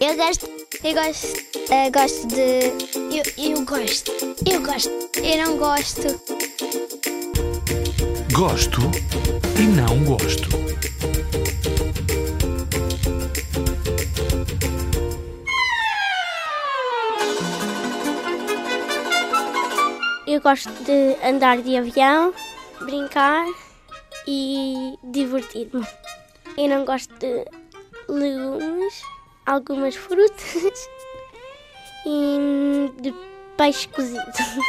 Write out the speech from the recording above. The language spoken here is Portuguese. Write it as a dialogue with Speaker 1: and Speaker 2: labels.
Speaker 1: Eu gosto. Eu gosto. eh, gosto de. Eu, eu gosto. Eu gosto. Eu não gosto.
Speaker 2: Gosto e não gosto.
Speaker 1: Eu gosto de andar de avião, brincar e divertir-me. Eu não gosto de legumes, algumas frutas e de peixe cozido.